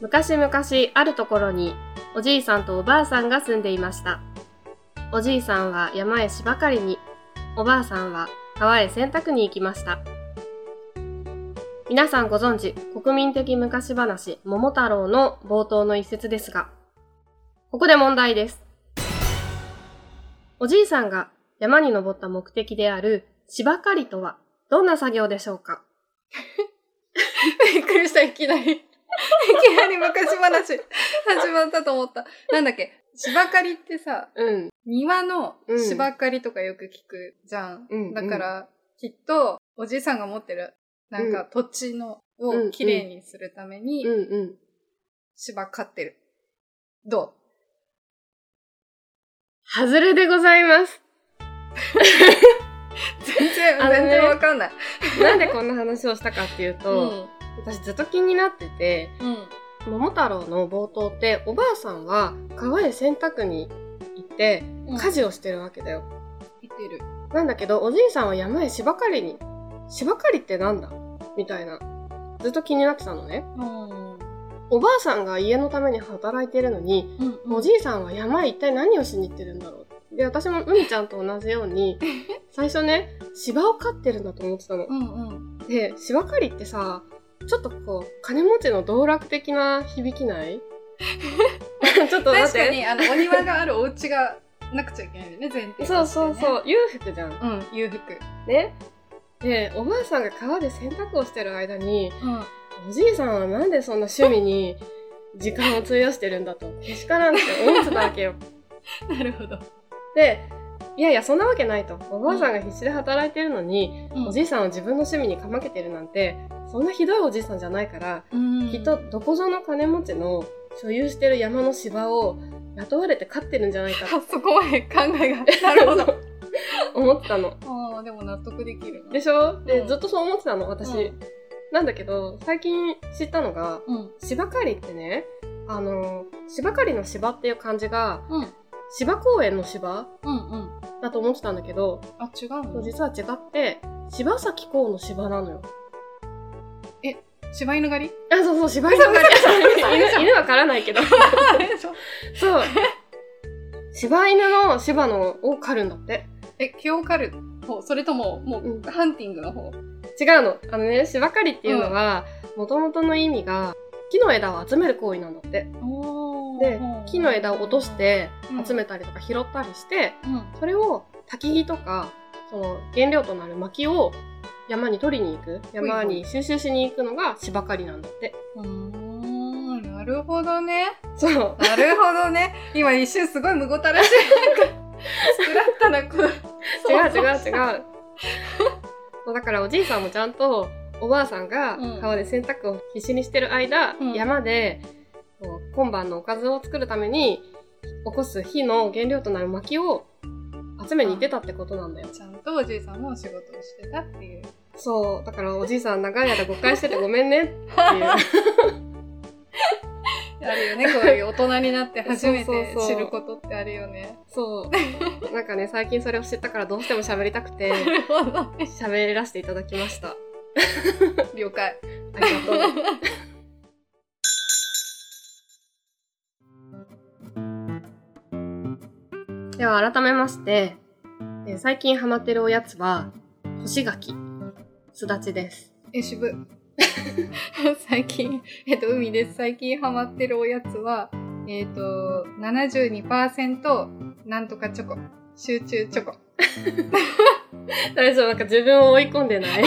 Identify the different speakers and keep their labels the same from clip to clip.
Speaker 1: 昔々あるところにおじいさんとおばあさんが住んでいましたおじいさんは山へ芝刈りにおばあさんは川へ洗濯に行きました皆さんご存知国民的昔話桃太郎の冒頭の一節ですがここで問題ですおじいさんが山に登った目的である芝刈りとはどんな作業でしょうか
Speaker 2: びっくりした、いきなり。いきなり昔話始まったと思った。なんだっけ芝刈りってさ、
Speaker 1: うん。
Speaker 2: 庭の
Speaker 1: うん
Speaker 2: 芝刈りとかよく聞くじゃん。
Speaker 1: うん
Speaker 2: だから、きっと、おじいさんが持ってる、なんか土地の、
Speaker 1: う
Speaker 2: を
Speaker 1: ん
Speaker 2: きれいにするために
Speaker 1: うん、うん。
Speaker 2: 芝刈ってる。ど
Speaker 1: ハズレでございます。
Speaker 2: う全然、
Speaker 1: あのね
Speaker 2: 全然わかんない。
Speaker 1: なんでこんな話をしたかっていう
Speaker 2: う
Speaker 1: と、
Speaker 2: ん。
Speaker 1: 私ずっと気になってて、
Speaker 2: うん。
Speaker 1: 桃太郎の冒頭って、おばあさんは川へ洗濯に行って、家
Speaker 2: 事
Speaker 1: 事をしてるわけだよ。
Speaker 2: 見てる。
Speaker 1: なんだけど、おじいさんは山へ芝刈りに、芝刈りってなんだみたいな。ずっと気になってたのね。
Speaker 2: うん。
Speaker 1: おばあさんが家のために働いてるのに、おじいさんは山へ一体何をしに行ってるんだろうで私も海ちゃんと同じよう に最初ね芝を飼ってるんだと思ってたの
Speaker 2: う。んうん。
Speaker 1: で芝刈りってさちょっとこう金持ちの道楽的な響きない ちょっと待っ
Speaker 2: 確
Speaker 1: て
Speaker 2: かに、あの、お庭があるお家がなくちゃいけないよね、前提としてね。
Speaker 1: そうそうそう裕福じゃん
Speaker 2: うん、裕福。
Speaker 1: ねでおばあさんが川で洗濯をしてる間に
Speaker 2: うん。
Speaker 1: おじいさんはなんでそんな趣味に時間を費やしてるんだとけしからんって思ってたわけよ
Speaker 2: なるほど。
Speaker 1: で、いやいや、そんなわけないと。おばあさんが必死で働いてるのに、おじ
Speaker 2: い
Speaker 1: いさんを自分の趣味にかまけてるなんて、そんなひどいおじいさんじゃないから、きっとどこぞの金持ちの所有してる山の芝を雇われて飼ってるんじゃない か
Speaker 2: あそこまで考えが。なるほど。
Speaker 1: と思ってたの。
Speaker 2: ああ、でも納得できるな。
Speaker 1: でしょで、
Speaker 2: うん
Speaker 1: ずっとそう思ってたの、私。
Speaker 2: うん
Speaker 1: なんだけど、最近知ったのが、
Speaker 2: うん。
Speaker 1: 芝刈りってね、あの、芝刈りの芝っていう漢字が、
Speaker 2: うん。
Speaker 1: 芝公園の芝
Speaker 2: うんうん。
Speaker 1: だと思ってたんだけど、
Speaker 2: あ、違うの
Speaker 1: 実は違って柴咲コウの柴なのよ
Speaker 2: 柴犬狩り
Speaker 1: あそうそう柴犬 狩り
Speaker 2: 嘘嘘嘘
Speaker 1: 犬犬は狩らないけどそう柴犬の柴のを狩るんだって
Speaker 2: え、毛を狩る方それとも、も
Speaker 1: う、
Speaker 2: うんハンティングの方
Speaker 1: 違うのあのね柴刈りっていうのはもともとの意味が木の枝を集める行為なんだって
Speaker 2: お
Speaker 1: で木の枝を落とし、て
Speaker 2: うん
Speaker 1: 集めたりとか拾ったりして
Speaker 2: うん。
Speaker 1: それを焚き木とかその原料となる薪を山に取りに行く山に収集しに行くのが芝刈りなんだって
Speaker 2: うーん、なるほどね。
Speaker 1: そう
Speaker 2: なるほどね。今一瞬すごいむごたらしい、なんか、作らった な、この。
Speaker 1: 違う違う違う。そうだからおじいさんもちゃんとおばあさんが
Speaker 2: うん
Speaker 1: 川で洗濯を必死にしてる間、
Speaker 2: うん
Speaker 1: 山でこう今晩のおかずを作るために起こす火の原料となる薪を集めに行ってたってことなんだよ。
Speaker 2: ちゃんとおじいさんもお仕事をしてたっていう。
Speaker 1: そう。だからおじいさん長い間誤解しててごめんねって いう。
Speaker 2: あるよね、こういう大人になって初めて
Speaker 1: そうそうそう
Speaker 2: 知ることってあるよね。
Speaker 1: そう。なんかね、最近それを知ったからどうしても喋りたくて
Speaker 2: なるほどね。
Speaker 1: 喋らせていただきました。
Speaker 2: 了解。
Speaker 1: ありがとう。 では改めまして、えー最近ハマってるおやつは、干し柿、すだちです。
Speaker 2: え、渋。 最近、えっと、海です。最近ハマってるおやつは、えっと、72%なんとかチョコ。集中チョ コ。
Speaker 1: 大丈夫なんか自分を追い込んでない
Speaker 2: なん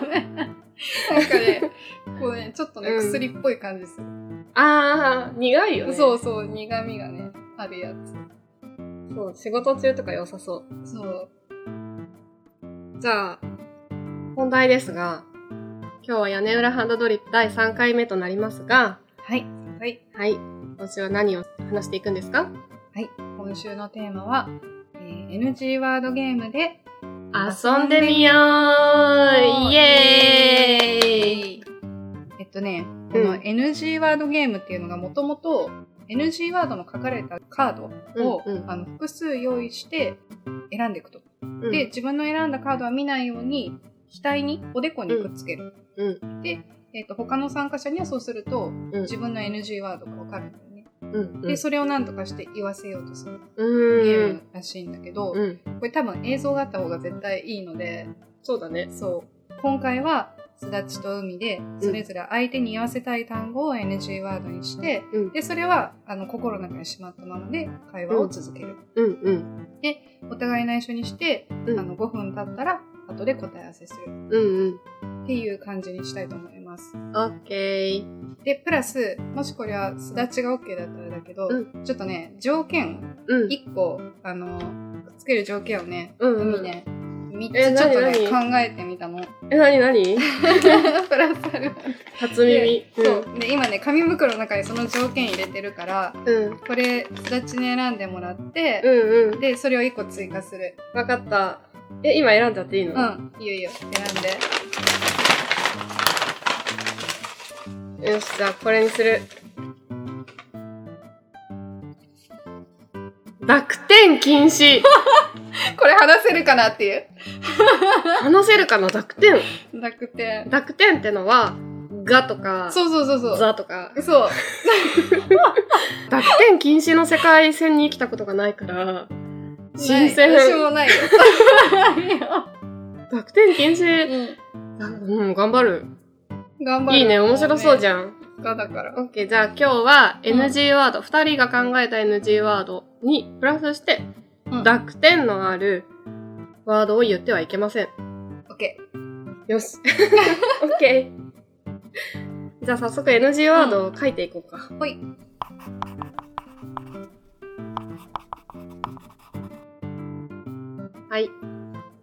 Speaker 2: かね、こうね、ちょっとね、
Speaker 1: うん
Speaker 2: 薬っぽい感じする。
Speaker 1: あー、苦いよね。
Speaker 2: そうそう、苦味がね、あるや
Speaker 1: そう。仕事中とか良さそ
Speaker 2: つ。そう。
Speaker 1: う。じゃあ、本題ですが、今日は屋根裏ハンドドリップ第3回目となりますが、
Speaker 2: はい。はい。
Speaker 1: はい。今週は何を話していくんですか
Speaker 2: はい。今週のテーマは、えー NG ワードゲームで
Speaker 1: 遊んでみようイエーイ
Speaker 2: えっとね、この NG ワードゲームっていうのがもともと NG ワードの書かれたカードを、
Speaker 1: うんうん
Speaker 2: あの複数用意して選んでいくと。
Speaker 1: うん
Speaker 2: で、自分の選んだカードは見ないように額におでこにくっつける。
Speaker 1: う
Speaker 2: で、えっと他の参加者にはそうすると、
Speaker 1: うん
Speaker 2: 自分の NG ワードが分かるんだよね、
Speaker 1: うんうん
Speaker 2: でそれを何とかして言わせようとするゲ
Speaker 1: う
Speaker 2: ー
Speaker 1: ん
Speaker 2: ムらしいんだけど、
Speaker 1: うん
Speaker 2: これ多分映像があった方が絶対いいので
Speaker 1: そうだね
Speaker 2: そう今回はすだちと海でそれぞれ相手に言わせたい単語を NG ワードにして、
Speaker 1: うん
Speaker 2: でそれはあの心の中にしまったままで会話を続ける、
Speaker 1: うんうん
Speaker 2: お互い内緒にして、
Speaker 1: うん
Speaker 2: あの5分経ったら後で答え合わせする
Speaker 1: うん
Speaker 2: っていう感じにしたいと思います
Speaker 1: うんオッケー
Speaker 2: でプラスもしこれはすだちが OK だったらだけど、
Speaker 1: う
Speaker 2: ちょっとね条件
Speaker 1: うん
Speaker 2: 1個あのくっつける条件をね
Speaker 1: うんうん
Speaker 2: 海ね
Speaker 1: え
Speaker 2: 3つちょっとね
Speaker 1: 何
Speaker 2: 考えて みたのプ
Speaker 1: えなになに
Speaker 2: ラスある
Speaker 1: 初耳
Speaker 2: でそうで今ね紙袋の中にその条件入れてるから
Speaker 1: うんうん
Speaker 2: これすだちに選んでもらって、
Speaker 1: うんうん
Speaker 2: でそれを1個追加する
Speaker 1: わかったえ今選んじゃっていいうの
Speaker 2: んいいよいいよ選んで
Speaker 1: よし、じゃあこれにする。濁点禁 止。
Speaker 2: これ話せるかなっていう
Speaker 1: 話せるかな濁点。
Speaker 2: 濁点
Speaker 1: 濁点ってのは、がとか、
Speaker 2: そうそうそうそう
Speaker 1: ざとか。
Speaker 2: そう
Speaker 1: 濁点禁止の世界線に生きたことがないから、新
Speaker 2: ない私
Speaker 1: 鮮。
Speaker 2: も ないよ
Speaker 1: 濁点禁止。
Speaker 2: う
Speaker 1: うん、頑張る。
Speaker 2: ん頑張る
Speaker 1: いいね、面白そうじ
Speaker 2: ゃん
Speaker 1: ゃん。
Speaker 2: だから
Speaker 1: オッケー、じゃあ今日は
Speaker 2: うん
Speaker 1: NG ワード、二人が考えた NG ワードにプラスして、
Speaker 2: うん
Speaker 1: 濁点のあるワードを言ってはいけません。
Speaker 2: オッケー
Speaker 1: よ し。オッケー。じゃあ早速 NG ワードを書いていこうか。
Speaker 2: ほい
Speaker 1: はい。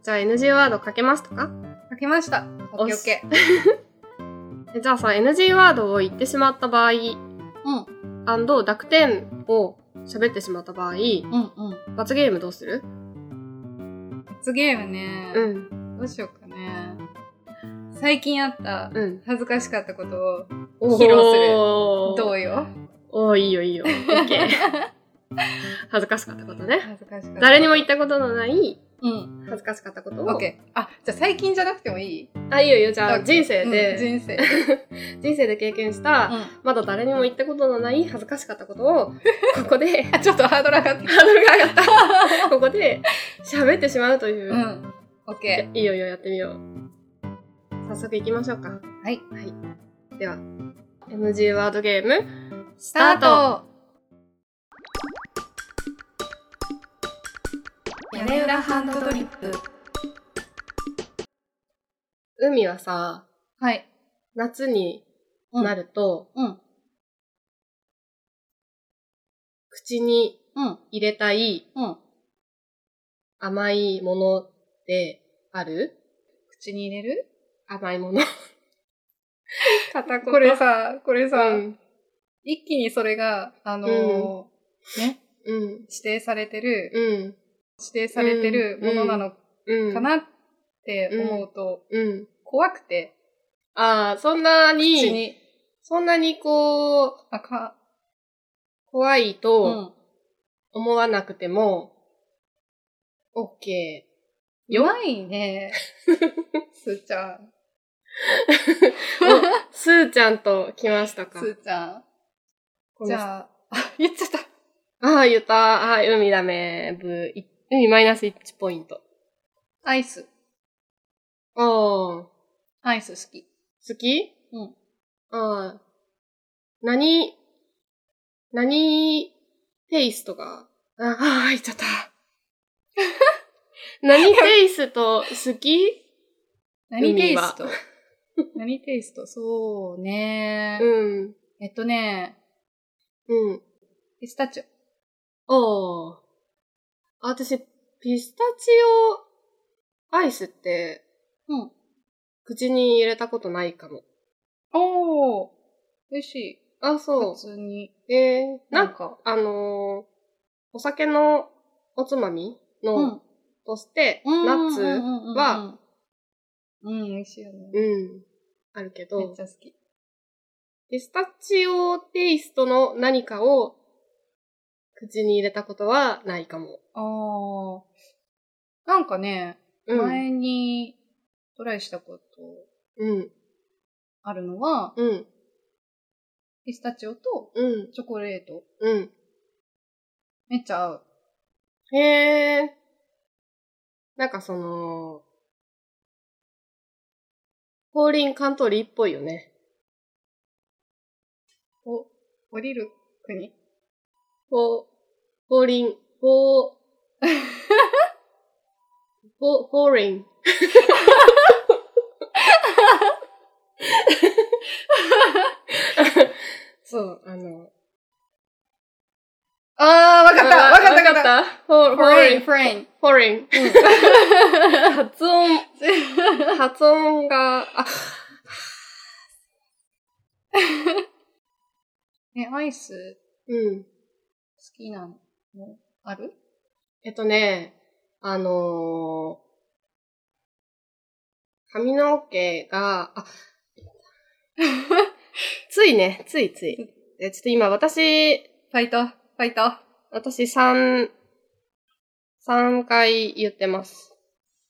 Speaker 1: じゃあ NG ワード書けましたか
Speaker 2: 書けましたオ
Speaker 1: よ
Speaker 2: ッケーオッ
Speaker 1: し
Speaker 2: ケー
Speaker 1: えじゃあさ、NG ワードを言ってしまった場合、
Speaker 2: うん
Speaker 1: 濁点を喋ってしまった場合、
Speaker 2: うんうん
Speaker 1: 罰ゲームどうする
Speaker 2: 罰ゲームね、
Speaker 1: うん。
Speaker 2: どうしようかね最近あった
Speaker 1: うん。
Speaker 2: 恥ずかしかったこと
Speaker 1: お
Speaker 2: 披露する
Speaker 1: お
Speaker 2: を
Speaker 1: ー
Speaker 2: どうよ
Speaker 1: おーいいよいいよ。オッケー。 恥ずかしかったことね。
Speaker 2: 恥ずかしかった
Speaker 1: 誰にも言ったことのない
Speaker 2: うん
Speaker 1: 恥ずかしかったこと
Speaker 2: オ
Speaker 1: を。
Speaker 2: ッケーあじゃあ最近じゃなくてもいい
Speaker 1: あ、いいよいいよ。じゃあ
Speaker 2: だ
Speaker 1: 人生
Speaker 2: うん
Speaker 1: で、
Speaker 2: 人生
Speaker 1: 人生で経験した、
Speaker 2: うん
Speaker 1: まだ誰にも言ったことのない恥ずかしかったこと を、ここで、
Speaker 2: あちょっとハードル上がってき
Speaker 1: ハードルが上がった。ここで、喋ってしまうという
Speaker 2: たう。んオッケ
Speaker 1: いいよいいよ、やってみよう。早速行きましょうか。
Speaker 2: ーはい
Speaker 1: では、MG ワードゲーム、
Speaker 2: ス
Speaker 1: ス
Speaker 2: タート
Speaker 1: 屋根裏ハンドドリップ海はさ、
Speaker 2: はい
Speaker 1: 夏になると、
Speaker 2: うん
Speaker 1: 口に
Speaker 2: うん
Speaker 1: 入れたい
Speaker 2: うん
Speaker 1: 甘いものってある
Speaker 2: 口に入れる
Speaker 1: 甘いもの。片言
Speaker 2: これさこれさ、
Speaker 1: うん。
Speaker 2: 一気にそれがあのーね
Speaker 1: うん。
Speaker 2: 指定されてる
Speaker 1: うん。
Speaker 2: 指定されてるものなの
Speaker 1: うん。
Speaker 2: かなって思うと
Speaker 1: うん。
Speaker 2: 怖くて
Speaker 1: ああ、そんな
Speaker 2: 口
Speaker 1: に、
Speaker 2: に
Speaker 1: そんなにこう、
Speaker 2: あか
Speaker 1: 怖いうと
Speaker 2: ん
Speaker 1: 思わなくても、オッケ
Speaker 2: 弱 いねすーちゃん
Speaker 1: ー。お、すーちゃんと来ましたか。
Speaker 2: すーちゃん
Speaker 1: この
Speaker 2: じゃああ言っちゃった
Speaker 1: ああ、言った。はい、海ダメ。ブい海マイナス1ポイント。
Speaker 2: アイス
Speaker 1: ああ、好
Speaker 2: アイス好き
Speaker 1: き
Speaker 2: うん。
Speaker 1: ああ。何、何、テイストが、ああ、入っちゃ った。何テイスト好き
Speaker 2: 何テ
Speaker 1: 海
Speaker 2: イ
Speaker 1: は
Speaker 2: スト 何テイストそうね、
Speaker 1: うん。
Speaker 2: えっとね
Speaker 1: うん。
Speaker 2: ピスタチオ
Speaker 1: おー。あ私、ピスタチオアイスって、
Speaker 2: うん
Speaker 1: 口に入れたことないかも。
Speaker 2: おお美味しい
Speaker 1: あ、そ
Speaker 2: 普通に
Speaker 1: う。えー、な
Speaker 2: なんん
Speaker 1: か、
Speaker 2: か
Speaker 1: あのーお酒のおつまみの、
Speaker 2: うん
Speaker 1: として、
Speaker 2: うん
Speaker 1: ナッツ、
Speaker 2: うんうんうんうん
Speaker 1: は
Speaker 2: うん美味しいよね
Speaker 1: うん、あるけ
Speaker 2: めっ
Speaker 1: ど
Speaker 2: ち、ゃ好き
Speaker 1: ピスタチオテイストの何かを口に入れたことはないかも。
Speaker 2: あーなんかね
Speaker 1: うん。
Speaker 2: 前にトライしたこと
Speaker 1: うん。
Speaker 2: あるのは、
Speaker 1: うん、
Speaker 2: ピスタチオと
Speaker 1: うん、
Speaker 2: チョコレート。
Speaker 1: う
Speaker 2: めっちゃ合う。
Speaker 1: ん。へえ。なんかその、降臨カントリーっぽいよね。
Speaker 2: お、降りる国
Speaker 1: 降、降臨、 降、降、降臨。そう、あの、
Speaker 2: あー、わかったわかっ
Speaker 1: わ
Speaker 2: たわかった
Speaker 1: かったフォ
Speaker 2: フォレイン、
Speaker 1: フ
Speaker 2: フォレイン。
Speaker 1: ォレイン。発音、発音が、あ、
Speaker 2: ね、アイス
Speaker 1: うん。
Speaker 2: 好きなのある
Speaker 1: えっとね、あのー、髪の毛が、 あ、ついね、ついつい。えちょっと今私、
Speaker 2: ファイト、ファイト。
Speaker 1: 私3、3回言ってます。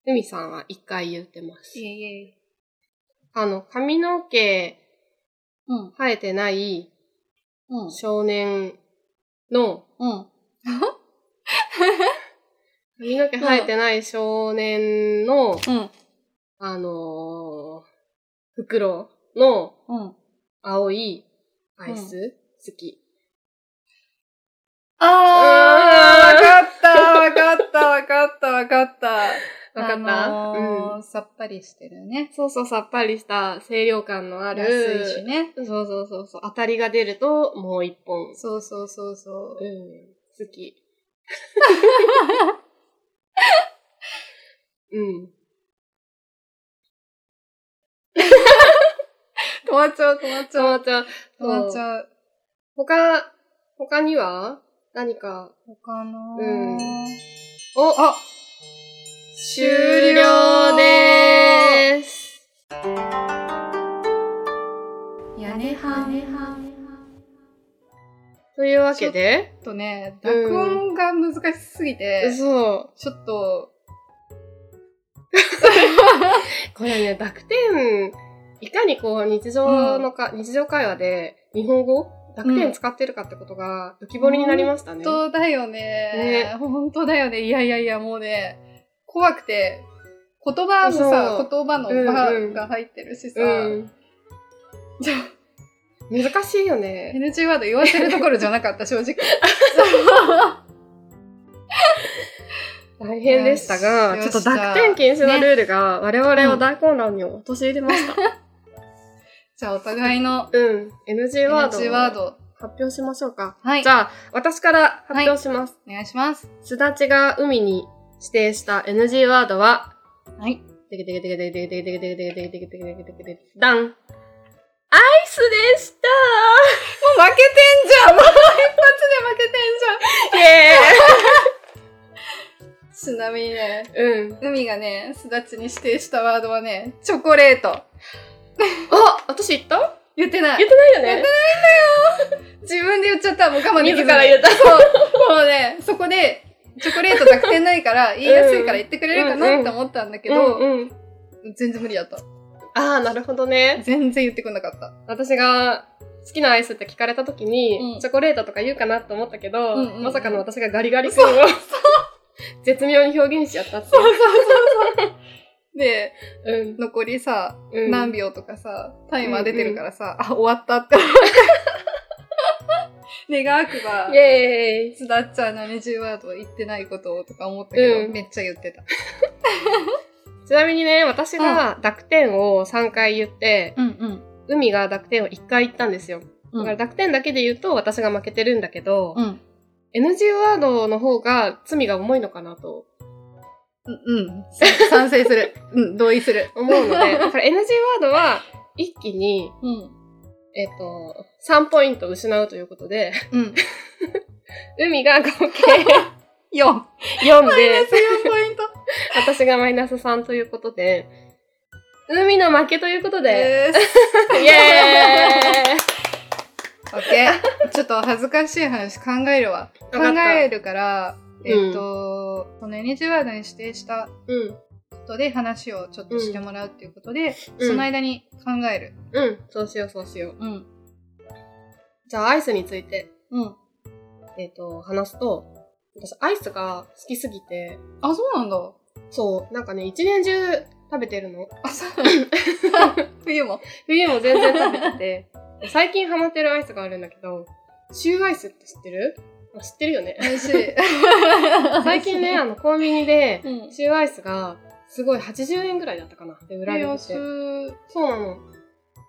Speaker 1: 海さんは1回言ってます。
Speaker 2: いえいえ。
Speaker 1: あの、髪の毛
Speaker 2: うん、
Speaker 1: 生えてない
Speaker 2: うん、
Speaker 1: 少年の、
Speaker 2: うん。
Speaker 1: 髪の毛生えてない少年の、
Speaker 2: うん、
Speaker 1: あのー、袋の
Speaker 2: うん。
Speaker 1: 青いアイス、好き。
Speaker 2: あー、わかった、わかった、わかった、わかった。
Speaker 1: わかった、
Speaker 2: あのー
Speaker 1: うん。
Speaker 2: さっぱりしてるね。
Speaker 1: そうそう、さっぱりした清涼感のある。
Speaker 2: 安いしね。
Speaker 1: そうそうそうそう。当たりが出ると、もう一本。
Speaker 2: そうそうそうそ
Speaker 1: う。
Speaker 2: う
Speaker 1: ん。好き。 うん。
Speaker 2: 止まっちゃう、止まっち
Speaker 1: そう
Speaker 2: ゃう。
Speaker 1: まちゃん。
Speaker 2: 止まっちゃう。
Speaker 1: 他、他には何か。
Speaker 2: 他の、
Speaker 1: うんお
Speaker 2: あ
Speaker 1: 終了でーす。
Speaker 2: 屋根はん
Speaker 1: というわけで、
Speaker 2: とね、
Speaker 1: うん
Speaker 2: 濁音が難しすぎて、
Speaker 1: そう。
Speaker 2: ちょっと、
Speaker 1: これね、濁点、いかにこう、日常のか、日常会話で、日本語濁点使ってるかってことが、浮き彫りになりましたね。
Speaker 2: 本当だよね
Speaker 1: ね
Speaker 2: 本当だよね。いやいやいや、もうね、怖くて、言葉もさ、言葉の
Speaker 1: うんうん
Speaker 2: バーが入ってるしさ、
Speaker 1: うん。
Speaker 2: じゃあ
Speaker 1: 難しいよね。
Speaker 2: NG ワード言わせるところじゃなかった、正 直。
Speaker 1: 大変でしたが、
Speaker 2: よ
Speaker 1: ちょ
Speaker 2: し
Speaker 1: っと濁点禁止のルールが、我々を大混乱に陥れま した。
Speaker 2: じゃあ、お互いの
Speaker 1: うん。NG ワ
Speaker 2: NG ワ
Speaker 1: ー
Speaker 2: ー
Speaker 1: ドを
Speaker 2: ド、
Speaker 1: 発表しましょうか。
Speaker 2: はい
Speaker 1: じ、ゃあ、私から発表します。
Speaker 2: お願いします。
Speaker 1: すだちが海に指定した NG ワードは、
Speaker 2: はい。
Speaker 1: てけてけてけてけてけてけてけてけてけてけてけてけてけてけダンアイスでし
Speaker 2: もう負けてんじゃんもう一発で負けてんじ
Speaker 1: たイエ
Speaker 2: ゃんちなみにね、
Speaker 1: ーイうん。
Speaker 2: 海がね、すだちに指定したワードはね、チョコレート。
Speaker 1: あ私言った
Speaker 2: 言ってない。
Speaker 1: 言ってないよね
Speaker 2: 自分で言っちゃったもう我慢できず
Speaker 1: 自ら言った
Speaker 2: そうもうね、そこで、チョコレート濁点ないから、言いやすいから言ってくれるか
Speaker 1: うん
Speaker 2: な
Speaker 1: うん
Speaker 2: って思ったんだけ
Speaker 1: け
Speaker 2: ど、
Speaker 1: ど、うんうん。
Speaker 2: 全然無理だった。
Speaker 1: ああ、なるほどね。
Speaker 2: 全然言ってこなかった。
Speaker 1: 私が好きなアイスって聞かれた時に、
Speaker 2: うん
Speaker 1: チョコレートとか言うかなと思ったけど、
Speaker 2: うんうんうん
Speaker 1: まさかの私がガリガリ君を絶妙に表現しちゃったってい
Speaker 2: で、
Speaker 1: う。うん。
Speaker 2: 残りさ、
Speaker 1: うん
Speaker 2: 何秒とかさ、タイマー出てるからさ、あ、終わったって思って。願わくば
Speaker 1: イ、エーイ
Speaker 2: 津田っちゃんの20ワード言ってないことをとか思ったけど、
Speaker 1: うん
Speaker 2: めっちゃ言ってた。
Speaker 1: ちなみにね、私が濁点を3回言って、
Speaker 2: うんうん。
Speaker 1: 海が濁点を1回言ったんですよ。
Speaker 2: う
Speaker 1: だ
Speaker 2: ん
Speaker 1: から濁点だけで言うと私が負けてるんだけど、
Speaker 2: うん。
Speaker 1: NG ワードの方が罪が重いのかなと
Speaker 2: うん。賛成する。うん、同意する。
Speaker 1: 思うの で、だから NG ワードは一気に、
Speaker 2: うん。
Speaker 1: えっ、と、3ポイント失うということで、
Speaker 2: うん。
Speaker 1: 海が合計
Speaker 2: 4。
Speaker 1: 4で、
Speaker 2: 4ポイント。
Speaker 1: 私がマイナス3ということで、海の負けということで、
Speaker 2: で
Speaker 1: イエーイ
Speaker 2: オッケー。ちょっと恥ずかしい話考えるわ。
Speaker 1: か
Speaker 2: 考
Speaker 1: った
Speaker 2: えるから、えっ、
Speaker 1: うん
Speaker 2: と、この NG ワードに指定した
Speaker 1: うん。
Speaker 2: 言ことで話をちょっとしてもらうっていうことで、
Speaker 1: うん
Speaker 2: その間に考える。
Speaker 1: うん、そうしよう、そうしよう。
Speaker 2: うん。
Speaker 1: じゃあ、アイスについて、
Speaker 2: うん。
Speaker 1: えっ、と、話すと、私、アイスが好きすぎて、
Speaker 2: あ、そうなんだ。
Speaker 1: そう、なんかね、一年中食べてるの。
Speaker 2: あ、そうなんだ。 冬も。
Speaker 1: 冬も全然食べて て、最近ハマってるアイスがあるんだけど、シューアイスって知ってるあ知ってるよね。
Speaker 2: 美味し い。
Speaker 1: 最近ね、あの、コンビニで、
Speaker 2: うん。
Speaker 1: シューアイスが、すごい80円ぐらいだったかな。で、売られて
Speaker 2: 安
Speaker 1: て。
Speaker 2: い
Speaker 1: そうなの。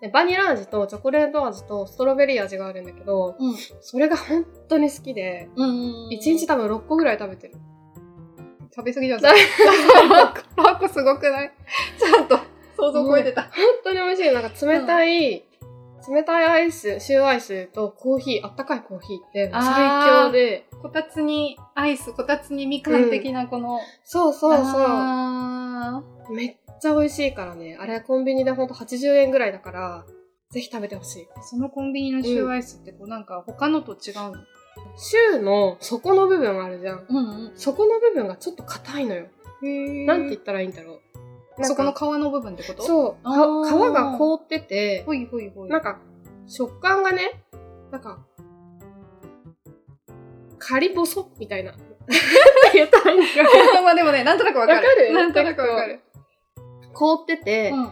Speaker 1: でバニラ味とチョコレート味とストロベリー味があるんだけど、
Speaker 2: うん。
Speaker 1: それが本当に好きで、
Speaker 2: うん。
Speaker 1: 一日多分6個ぐらい食べてる。
Speaker 2: 食べ過ぎじゃないパコすごくないちゃんと想像超えてた。
Speaker 1: 本当に美味しい。なんか冷たい、冷たいアイス、シューアイスとコーヒー、あったかいコーヒーって最
Speaker 2: あー
Speaker 1: 強で。
Speaker 2: こたつにアイス、こたつにみかん的なこの。
Speaker 1: そうそうそ
Speaker 2: あ
Speaker 1: う。めっちゃ美味しいからね。あれコンビニでほんと80円ぐらいだから、ぜひ食べてほしい。
Speaker 2: ーそのコンビニのシューアイスってこうなんか他のと違うの。
Speaker 1: シューの底の部分あるじゃん。
Speaker 2: うん
Speaker 1: 底の部分がちょっと硬いのよ。
Speaker 2: うん。へ
Speaker 1: なんて言ったらいいんだろう。
Speaker 2: そこの
Speaker 1: 皮
Speaker 2: 皮の部分ってことう。
Speaker 1: そう。
Speaker 2: あー
Speaker 1: か皮が凍ってて、
Speaker 2: ほいほいほい。
Speaker 1: なんか、食感がね、なんか、カリボソみたいな。言った らいいんだろう
Speaker 2: まあでもね、なんとなくわかる。
Speaker 1: わかる
Speaker 2: なんとなくわかる。
Speaker 1: 凍ってて、
Speaker 2: うん。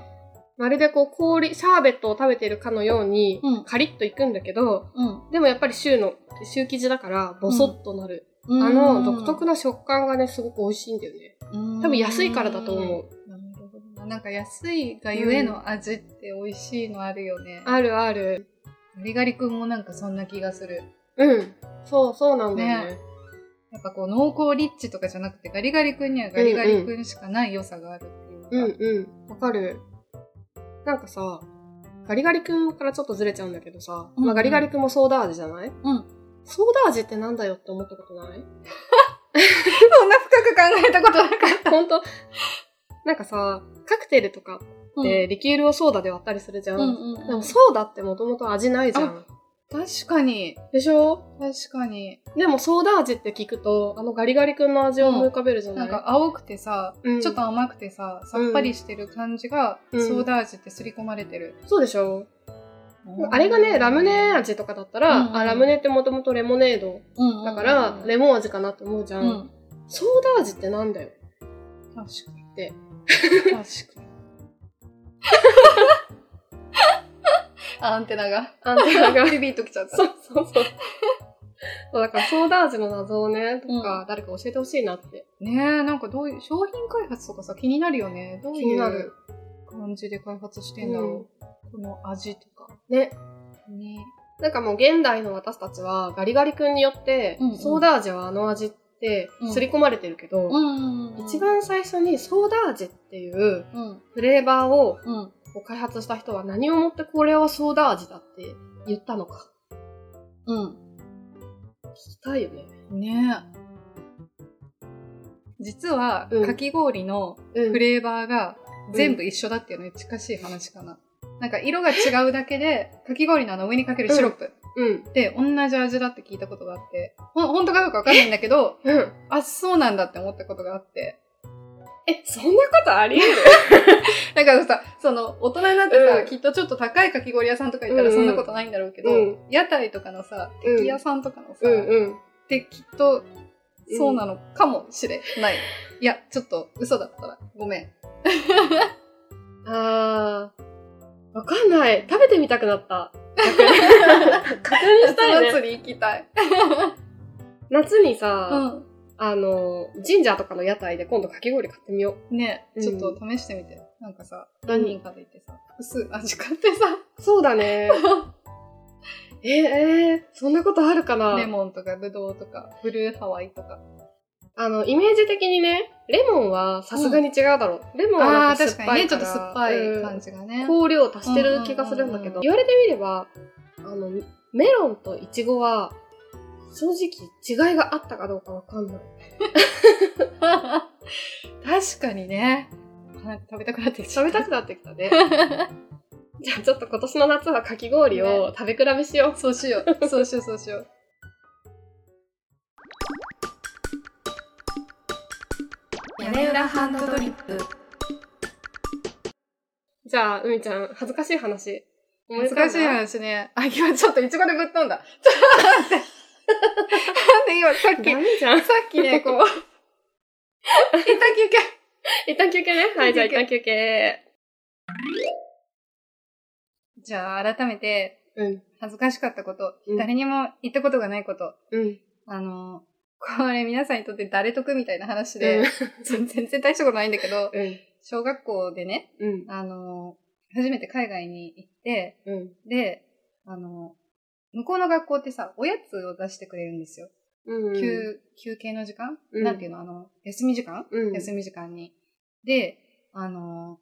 Speaker 1: まるでこう氷、シャーベットを食べてるかのように、
Speaker 2: うん
Speaker 1: カリッといくんだけど、
Speaker 2: うん。
Speaker 1: でもやっぱりシューの、シュー生地だから、ボソッとなる。
Speaker 2: うん
Speaker 1: あの、独特の食感がね、すごく美味しいんだよね。
Speaker 2: 多
Speaker 1: 多分安いからだと思う。
Speaker 2: なるほどな。なんか安いがゆえの味って美味しいのあるよね。
Speaker 1: あるある。
Speaker 2: ガリガリ君もなんかそんな気がする。
Speaker 1: うん。そう、そうなんだよね。
Speaker 2: やっぱこう濃厚リッチとかじゃなくてガリガリ君にはガリガリ君しかない良さがあるっていうのが。
Speaker 1: うんうん。わかる。なんかさ、ガリガリ君からちょっとずれちゃうんだけどさ、
Speaker 2: うんう
Speaker 1: まあ
Speaker 2: ん
Speaker 1: ガリガリ君もソーダ味じゃない
Speaker 2: うん。
Speaker 1: ソーダ味ってなんだよって思ったことない
Speaker 2: そんな深く考えたことなかっ
Speaker 1: ほんと。なんかさ、カクテルとか
Speaker 2: た。
Speaker 1: ってリキュールをソーダで割ったりするじゃん。
Speaker 2: うんうん。
Speaker 1: でもソーダってもともと味ないじゃん。
Speaker 2: 確かに、
Speaker 1: でしょ
Speaker 2: 確かに。
Speaker 1: でもソーダ味って聞くと、あのガリガリ君の味を思い浮かべるじゃない、
Speaker 2: なんか青くてさ、
Speaker 1: うん
Speaker 2: ちょっと甘くてさ、さっぱりしてる感じが、
Speaker 1: うん
Speaker 2: ソーダ味ってすり込まれてる。
Speaker 1: そうでしょあれがね、ラムネ味とかだったら、
Speaker 2: うんうん
Speaker 1: あ、ラムネってもともとレモネード
Speaker 2: うんうんうん
Speaker 1: だから、レモン味かなって思うじゃ。
Speaker 2: うんん。
Speaker 1: ソーダ味ってなんだよ
Speaker 2: 確かに。
Speaker 1: で
Speaker 2: 確か に。あアンテナが。
Speaker 1: あの、なんか、
Speaker 2: ビビッときちゃっ た。
Speaker 1: そうそうそう。そうだから、ソーダ味の謎をね、とか、
Speaker 2: う
Speaker 1: 誰か教えてほしいなって。
Speaker 2: ねえ、なんかどういう、商品開発とかさ、気になるよね。どう
Speaker 1: 気に
Speaker 2: い
Speaker 1: な
Speaker 2: う
Speaker 1: る
Speaker 2: 感じで開発してんだろう。この味とか。
Speaker 1: ね。
Speaker 2: ね。
Speaker 1: なんかもう、現代の私たちは、ガリガリ君によって、
Speaker 2: うんうん
Speaker 1: ソーダ味はあの味って
Speaker 2: うん、
Speaker 1: 刷り込まれてるけど、
Speaker 2: ん
Speaker 1: 一、番最初にソーダ味っていう
Speaker 2: うん、
Speaker 1: フレーバーを
Speaker 2: うん。
Speaker 1: こう開発した人は何をもってこれはソーダ味だって言ったのか。
Speaker 2: うん。
Speaker 1: 聞きたいよね。
Speaker 2: ねえ。実は、
Speaker 1: うん
Speaker 2: かき氷の
Speaker 1: うん
Speaker 2: フレーバーが全部一緒だっていうのに近しい話かな。なんか色が違うだけで、かき氷のあの上にかけるシロップ
Speaker 1: うん。
Speaker 2: って同じ味だって聞いたことがあって、ほん、本当かどうかわかんないんだけど、
Speaker 1: うん。
Speaker 2: あ、そうなんだって思ったことがあって。
Speaker 1: え、そんなことあり得る
Speaker 2: なんかさ、その、大人になってさ、
Speaker 1: うん
Speaker 2: きっとちょっと高いかき氷屋さんとか行ったら
Speaker 1: うんう
Speaker 2: そ
Speaker 1: ん
Speaker 2: んなことないんだろうけど、
Speaker 1: うん
Speaker 2: 屋台とかのさ、
Speaker 1: うん
Speaker 2: 敵屋さんとかのさ、
Speaker 1: うんうん。
Speaker 2: できっと、そうなのかもしれない。いや、ちょっと嘘だったら ごめん。
Speaker 1: あー、わかんない。食べてみたくなった。逆に確認
Speaker 2: 夏
Speaker 1: したいね。
Speaker 2: 祭り行きたい。
Speaker 1: 夏にさ、
Speaker 2: う
Speaker 1: あの、神社とかの屋台で今度かき氷買ってみよ
Speaker 2: ん。ね
Speaker 1: うん
Speaker 2: ちょっと試してみて。なんかさ、
Speaker 1: う。
Speaker 2: 何人かで行ってさ、複数味買ってさ、
Speaker 1: そうだ ね。えー、えーそんなことあるかな
Speaker 2: レモンとかブドウとか、ブルーハワイとか。
Speaker 1: あの、イメージ的にね、レモンはさすがに違うだろう。レモンは
Speaker 2: あ
Speaker 1: な
Speaker 2: あ
Speaker 1: ん
Speaker 2: ー、
Speaker 1: か
Speaker 2: 確
Speaker 1: 酸っ
Speaker 2: か
Speaker 1: ぱ
Speaker 2: に
Speaker 1: い
Speaker 2: ね、ち
Speaker 1: か
Speaker 2: ょっ
Speaker 1: ら
Speaker 2: と酸っぱい感じがね。
Speaker 1: 香料を足してる気がするんだけ
Speaker 2: うんうんうんうん
Speaker 1: ど、言われてみれば、あの、メロンとイチゴは、正直違いがあったかどうかわかんない。
Speaker 2: 確かにね。なんか食べたくなってきちゃ
Speaker 1: 食べ
Speaker 2: う
Speaker 1: たくなってきたね。じゃあちょっと今年の夏はかき氷を食べ比べしよう。
Speaker 2: そうしよう。そうしよう、そうしよう。
Speaker 3: 屋根裏ハンドドリップ
Speaker 1: じゃあ、海ちゃん、恥ずかしい話。思い浮かんだ
Speaker 2: 難しい話ね。あ、今ちょっとイチゴでぶっ飛んだ。ちょっと待って。なんで今、さっき、
Speaker 1: ダ
Speaker 2: さ
Speaker 1: メじゃん。
Speaker 2: っきね、こう、一旦休憩。
Speaker 1: 一旦休憩ね。はい、じゃあ一旦休憩。
Speaker 2: じゃあ、改めて、
Speaker 1: うん。
Speaker 2: 恥ずかしかったこと、
Speaker 1: うん
Speaker 2: 誰にも言ったことがないこと、
Speaker 1: うん。
Speaker 2: あの、これ皆さんにとって誰得みたいな話
Speaker 1: う
Speaker 2: で
Speaker 1: ん、
Speaker 2: 全全然大したことないんだけど、
Speaker 1: うん。
Speaker 2: 小学校でね、
Speaker 1: うん。
Speaker 2: あの、初めて海外に行って、
Speaker 1: うん。
Speaker 2: で、あの、向こうの学校ってさ、おやつを出してくれるんですよ。
Speaker 1: うん。
Speaker 2: 休休憩の時間、
Speaker 1: うん
Speaker 2: なんていうのあの、休み時間、
Speaker 1: うん。
Speaker 2: 休み時間に。で、あの、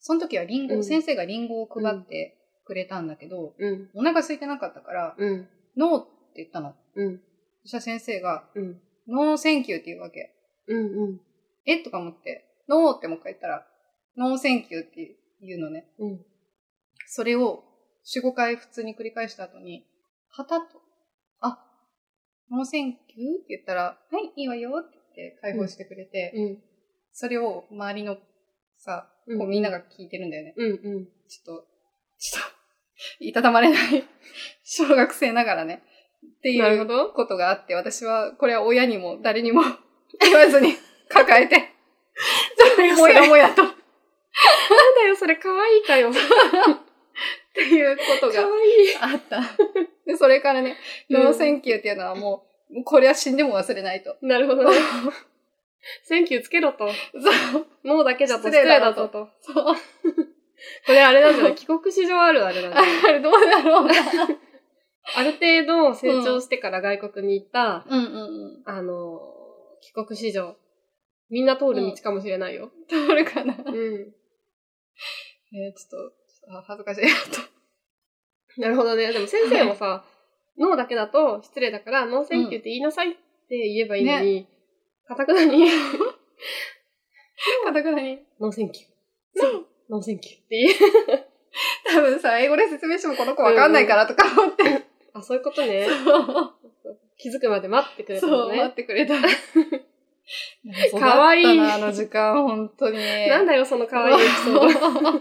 Speaker 2: その時はリンゴ、
Speaker 1: うん
Speaker 2: 先生がリンゴを配ってくれたんだけど、
Speaker 1: うん。
Speaker 2: お腹空いてなかったから、
Speaker 1: うん。
Speaker 2: ノーって言ったの。
Speaker 1: うん。
Speaker 2: そしたら先生が、
Speaker 1: うん。
Speaker 2: ノーセンキューって言うわけ。
Speaker 1: うん。
Speaker 2: えとか思って、ノーってもう一回言ったら、ノーセンキューって言うのね。
Speaker 1: うん。
Speaker 2: それを、4、5回普通に繰り返した後に、はたっと、あ、ノーセンキューって言ったら、はい、いいわよって言って解放してくれて、
Speaker 1: うん。
Speaker 2: それを周りのさ、
Speaker 1: うん
Speaker 2: こうみんなが聞いてるんだよね。
Speaker 1: うん。うん。
Speaker 2: ちょっと、ちょっと、 いたたまれない 小学生ながらね。って
Speaker 1: ないるほ
Speaker 2: う
Speaker 1: ど
Speaker 2: ことがあって、私は、これは親にも誰にも 言わずに抱えて、
Speaker 1: だ よ、そ
Speaker 2: も
Speaker 1: れ。
Speaker 2: やもやとっ
Speaker 1: だよ、それ、可愛いかよ。
Speaker 2: ていうこと
Speaker 1: 可
Speaker 2: が
Speaker 1: 愛い。
Speaker 2: あった。 で、それからね、
Speaker 1: うん
Speaker 2: ノーセンキューっていうのはもう、もうこれは死んでも忘れないと。
Speaker 1: なるほどね。 センキューつけろと。
Speaker 2: そう。
Speaker 1: 脳だけだと失
Speaker 2: 失礼
Speaker 1: 礼だ
Speaker 2: だぞ
Speaker 1: ぞと。
Speaker 2: そう。
Speaker 1: これあれなんじゃない 帰国史上あるあれなんじゃない
Speaker 2: あれ、どうだろう な。
Speaker 1: ある程度成長してから外国に行った、
Speaker 2: うんうんうん。
Speaker 1: あの、帰国史上。みんな通る道かもしれないよ。
Speaker 2: 通るかな。えー、ちょっ
Speaker 1: うん。
Speaker 2: と、あ恥ずかしい。
Speaker 1: なるほどね。でも先生も さ、脳だけだと失礼だから、ノーセンキューって言いなさいって言えばいいのに、かたくなに、
Speaker 2: カタカナに。
Speaker 1: ノーセンキュー。ノーセンキューって言え。
Speaker 2: 多分さ、英語で説明してもこの子わかんないからとか思って。
Speaker 1: あ、そういうことね。
Speaker 2: そ
Speaker 1: 気づくまで待ってくれたの
Speaker 2: う、待
Speaker 1: ね
Speaker 2: っ。てく れた。
Speaker 1: かわいい
Speaker 2: 育ったなあの時間、本当に。
Speaker 1: なんだよ、その可愛いエピソード。
Speaker 2: っ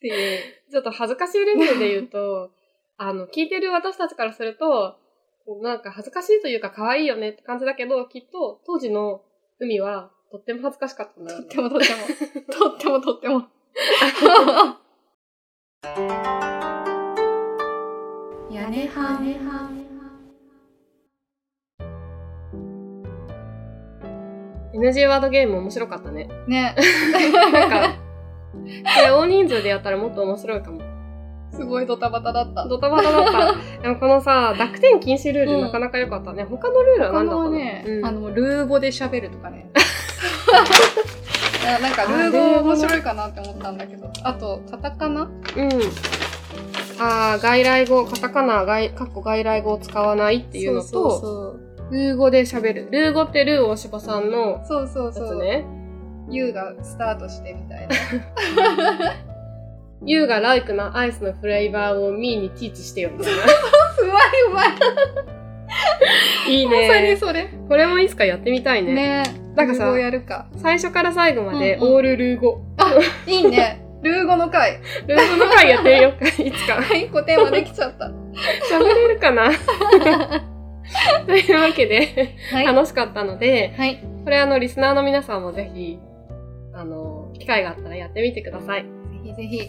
Speaker 2: ていう。
Speaker 1: ちょっと恥ずかしいレベルで言うと、 あの、聞いてる私たちからすると、こうなんか恥ずかしいというか可愛いよねって感じだけど、きっと当時の海はとっても恥ずかしかったんだ
Speaker 2: と
Speaker 1: ろ う
Speaker 2: っ
Speaker 1: ね
Speaker 2: てもとっても。とってもとって も。屋根はねはね
Speaker 1: NG ワードゲーム面白かったね。
Speaker 2: ね、
Speaker 1: なんか、これ大人数でやったらもっと面白いかも。
Speaker 2: すごいドタバタだった。
Speaker 1: ドタバタだった。でもこのさ、濁点禁止ルー
Speaker 2: う
Speaker 1: ル
Speaker 2: ん
Speaker 1: なかなか良かったね。他のルールは
Speaker 2: 他
Speaker 1: 何だった
Speaker 2: の
Speaker 1: の
Speaker 2: ね、
Speaker 1: うん
Speaker 2: あの、ルー語で喋るとか ね。いやなんか、ルー語面白いかなって思ったんだけど。あと、カタカナ
Speaker 1: うん。あー外来語、カタカナ、外、 かっこ外来語を使わないっていうのと、
Speaker 2: そうそう
Speaker 1: ルー語で喋る。ルー語ってルー大柴さんの
Speaker 2: そう。そう
Speaker 1: や
Speaker 2: そうそ
Speaker 1: つ
Speaker 2: う。
Speaker 1: ね。
Speaker 2: U がスタートしてみたいな。
Speaker 1: You が like なアイスのフレーバーを me にティーチして よみたいな。
Speaker 2: うまいうまい。ま
Speaker 1: いい
Speaker 2: さに
Speaker 1: ね。
Speaker 2: それ。
Speaker 1: これもいつかやってみたいね。
Speaker 2: ね。
Speaker 1: なんかさ
Speaker 2: ルー語やるか。
Speaker 1: 最初から最後まで、
Speaker 2: うんうん
Speaker 1: オールルー語。
Speaker 2: いいね。ルー語の 回。
Speaker 1: ルー語の回やってみよう か、いつか。
Speaker 2: はい、個展はできちゃった。
Speaker 1: 喋れるか なというわけで、
Speaker 2: はい。
Speaker 1: 楽しかったので、
Speaker 2: はい。
Speaker 1: これあの、リスナーの皆さんもぜひ、あの、機会があったらやってみてください。
Speaker 2: ぜひぜひ。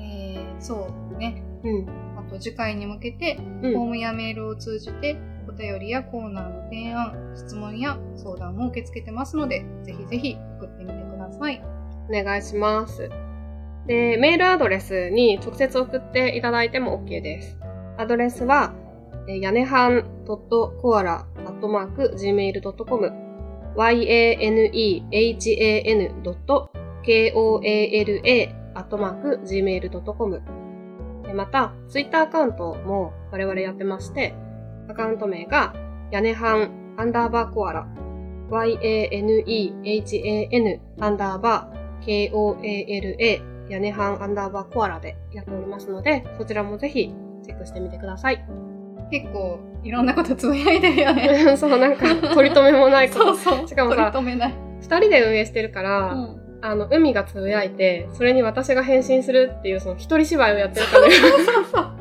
Speaker 2: えー、そうね。
Speaker 1: うん。
Speaker 2: あと次回に向けて、
Speaker 1: う
Speaker 2: フォー
Speaker 1: ん。
Speaker 2: ムやメールを通じて、お便りやコーナーの提案、質問や相談も受け付けてますので、ぜひぜひ送ってみてください。
Speaker 1: お願いします。で、メールアドレスに直接送っていただいても OK です。アドレスは、えーやねはん .coala.gmail.com yanehan.koala.gmail.com でまた、ツイッターアカウントも我々やってまして、アカウント名が、やねはんアンダーバーコアラ yanehan アンダーバー koala 屋根班アンダーバーコアラでやっておりますので、そちらもぜひチェックしてみてくださ い。
Speaker 2: 結構、いろんなことつぶやいてるよね。
Speaker 1: そう、なんか、取り留めもないこと。
Speaker 2: そうそう。
Speaker 1: しかもさ
Speaker 2: 取り留めない。
Speaker 1: 二人で運営してるから、
Speaker 2: うん
Speaker 1: あの、海がつぶやいて、それに私が返信するっていう、その一人芝居をやってるかのよう
Speaker 2: そうそう。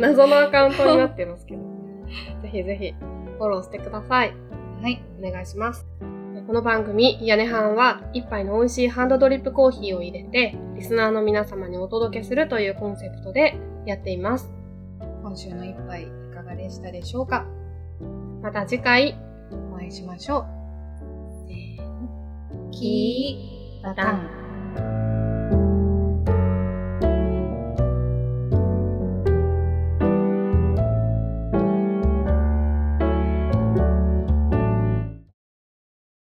Speaker 1: な謎のアカウントになってますけど。ぜひぜひ、フォローしてください。
Speaker 2: はい。
Speaker 1: お願いします。この番組、屋根班は、一杯の美味しいハンドドリップコーヒーを入れて、リスナーの皆様にお届けするというコンセプトでやっています。
Speaker 2: 今週の一杯いかがでしたでしょうか
Speaker 1: また次回、
Speaker 2: お会いしましょう。せーの。
Speaker 1: き
Speaker 2: バタン。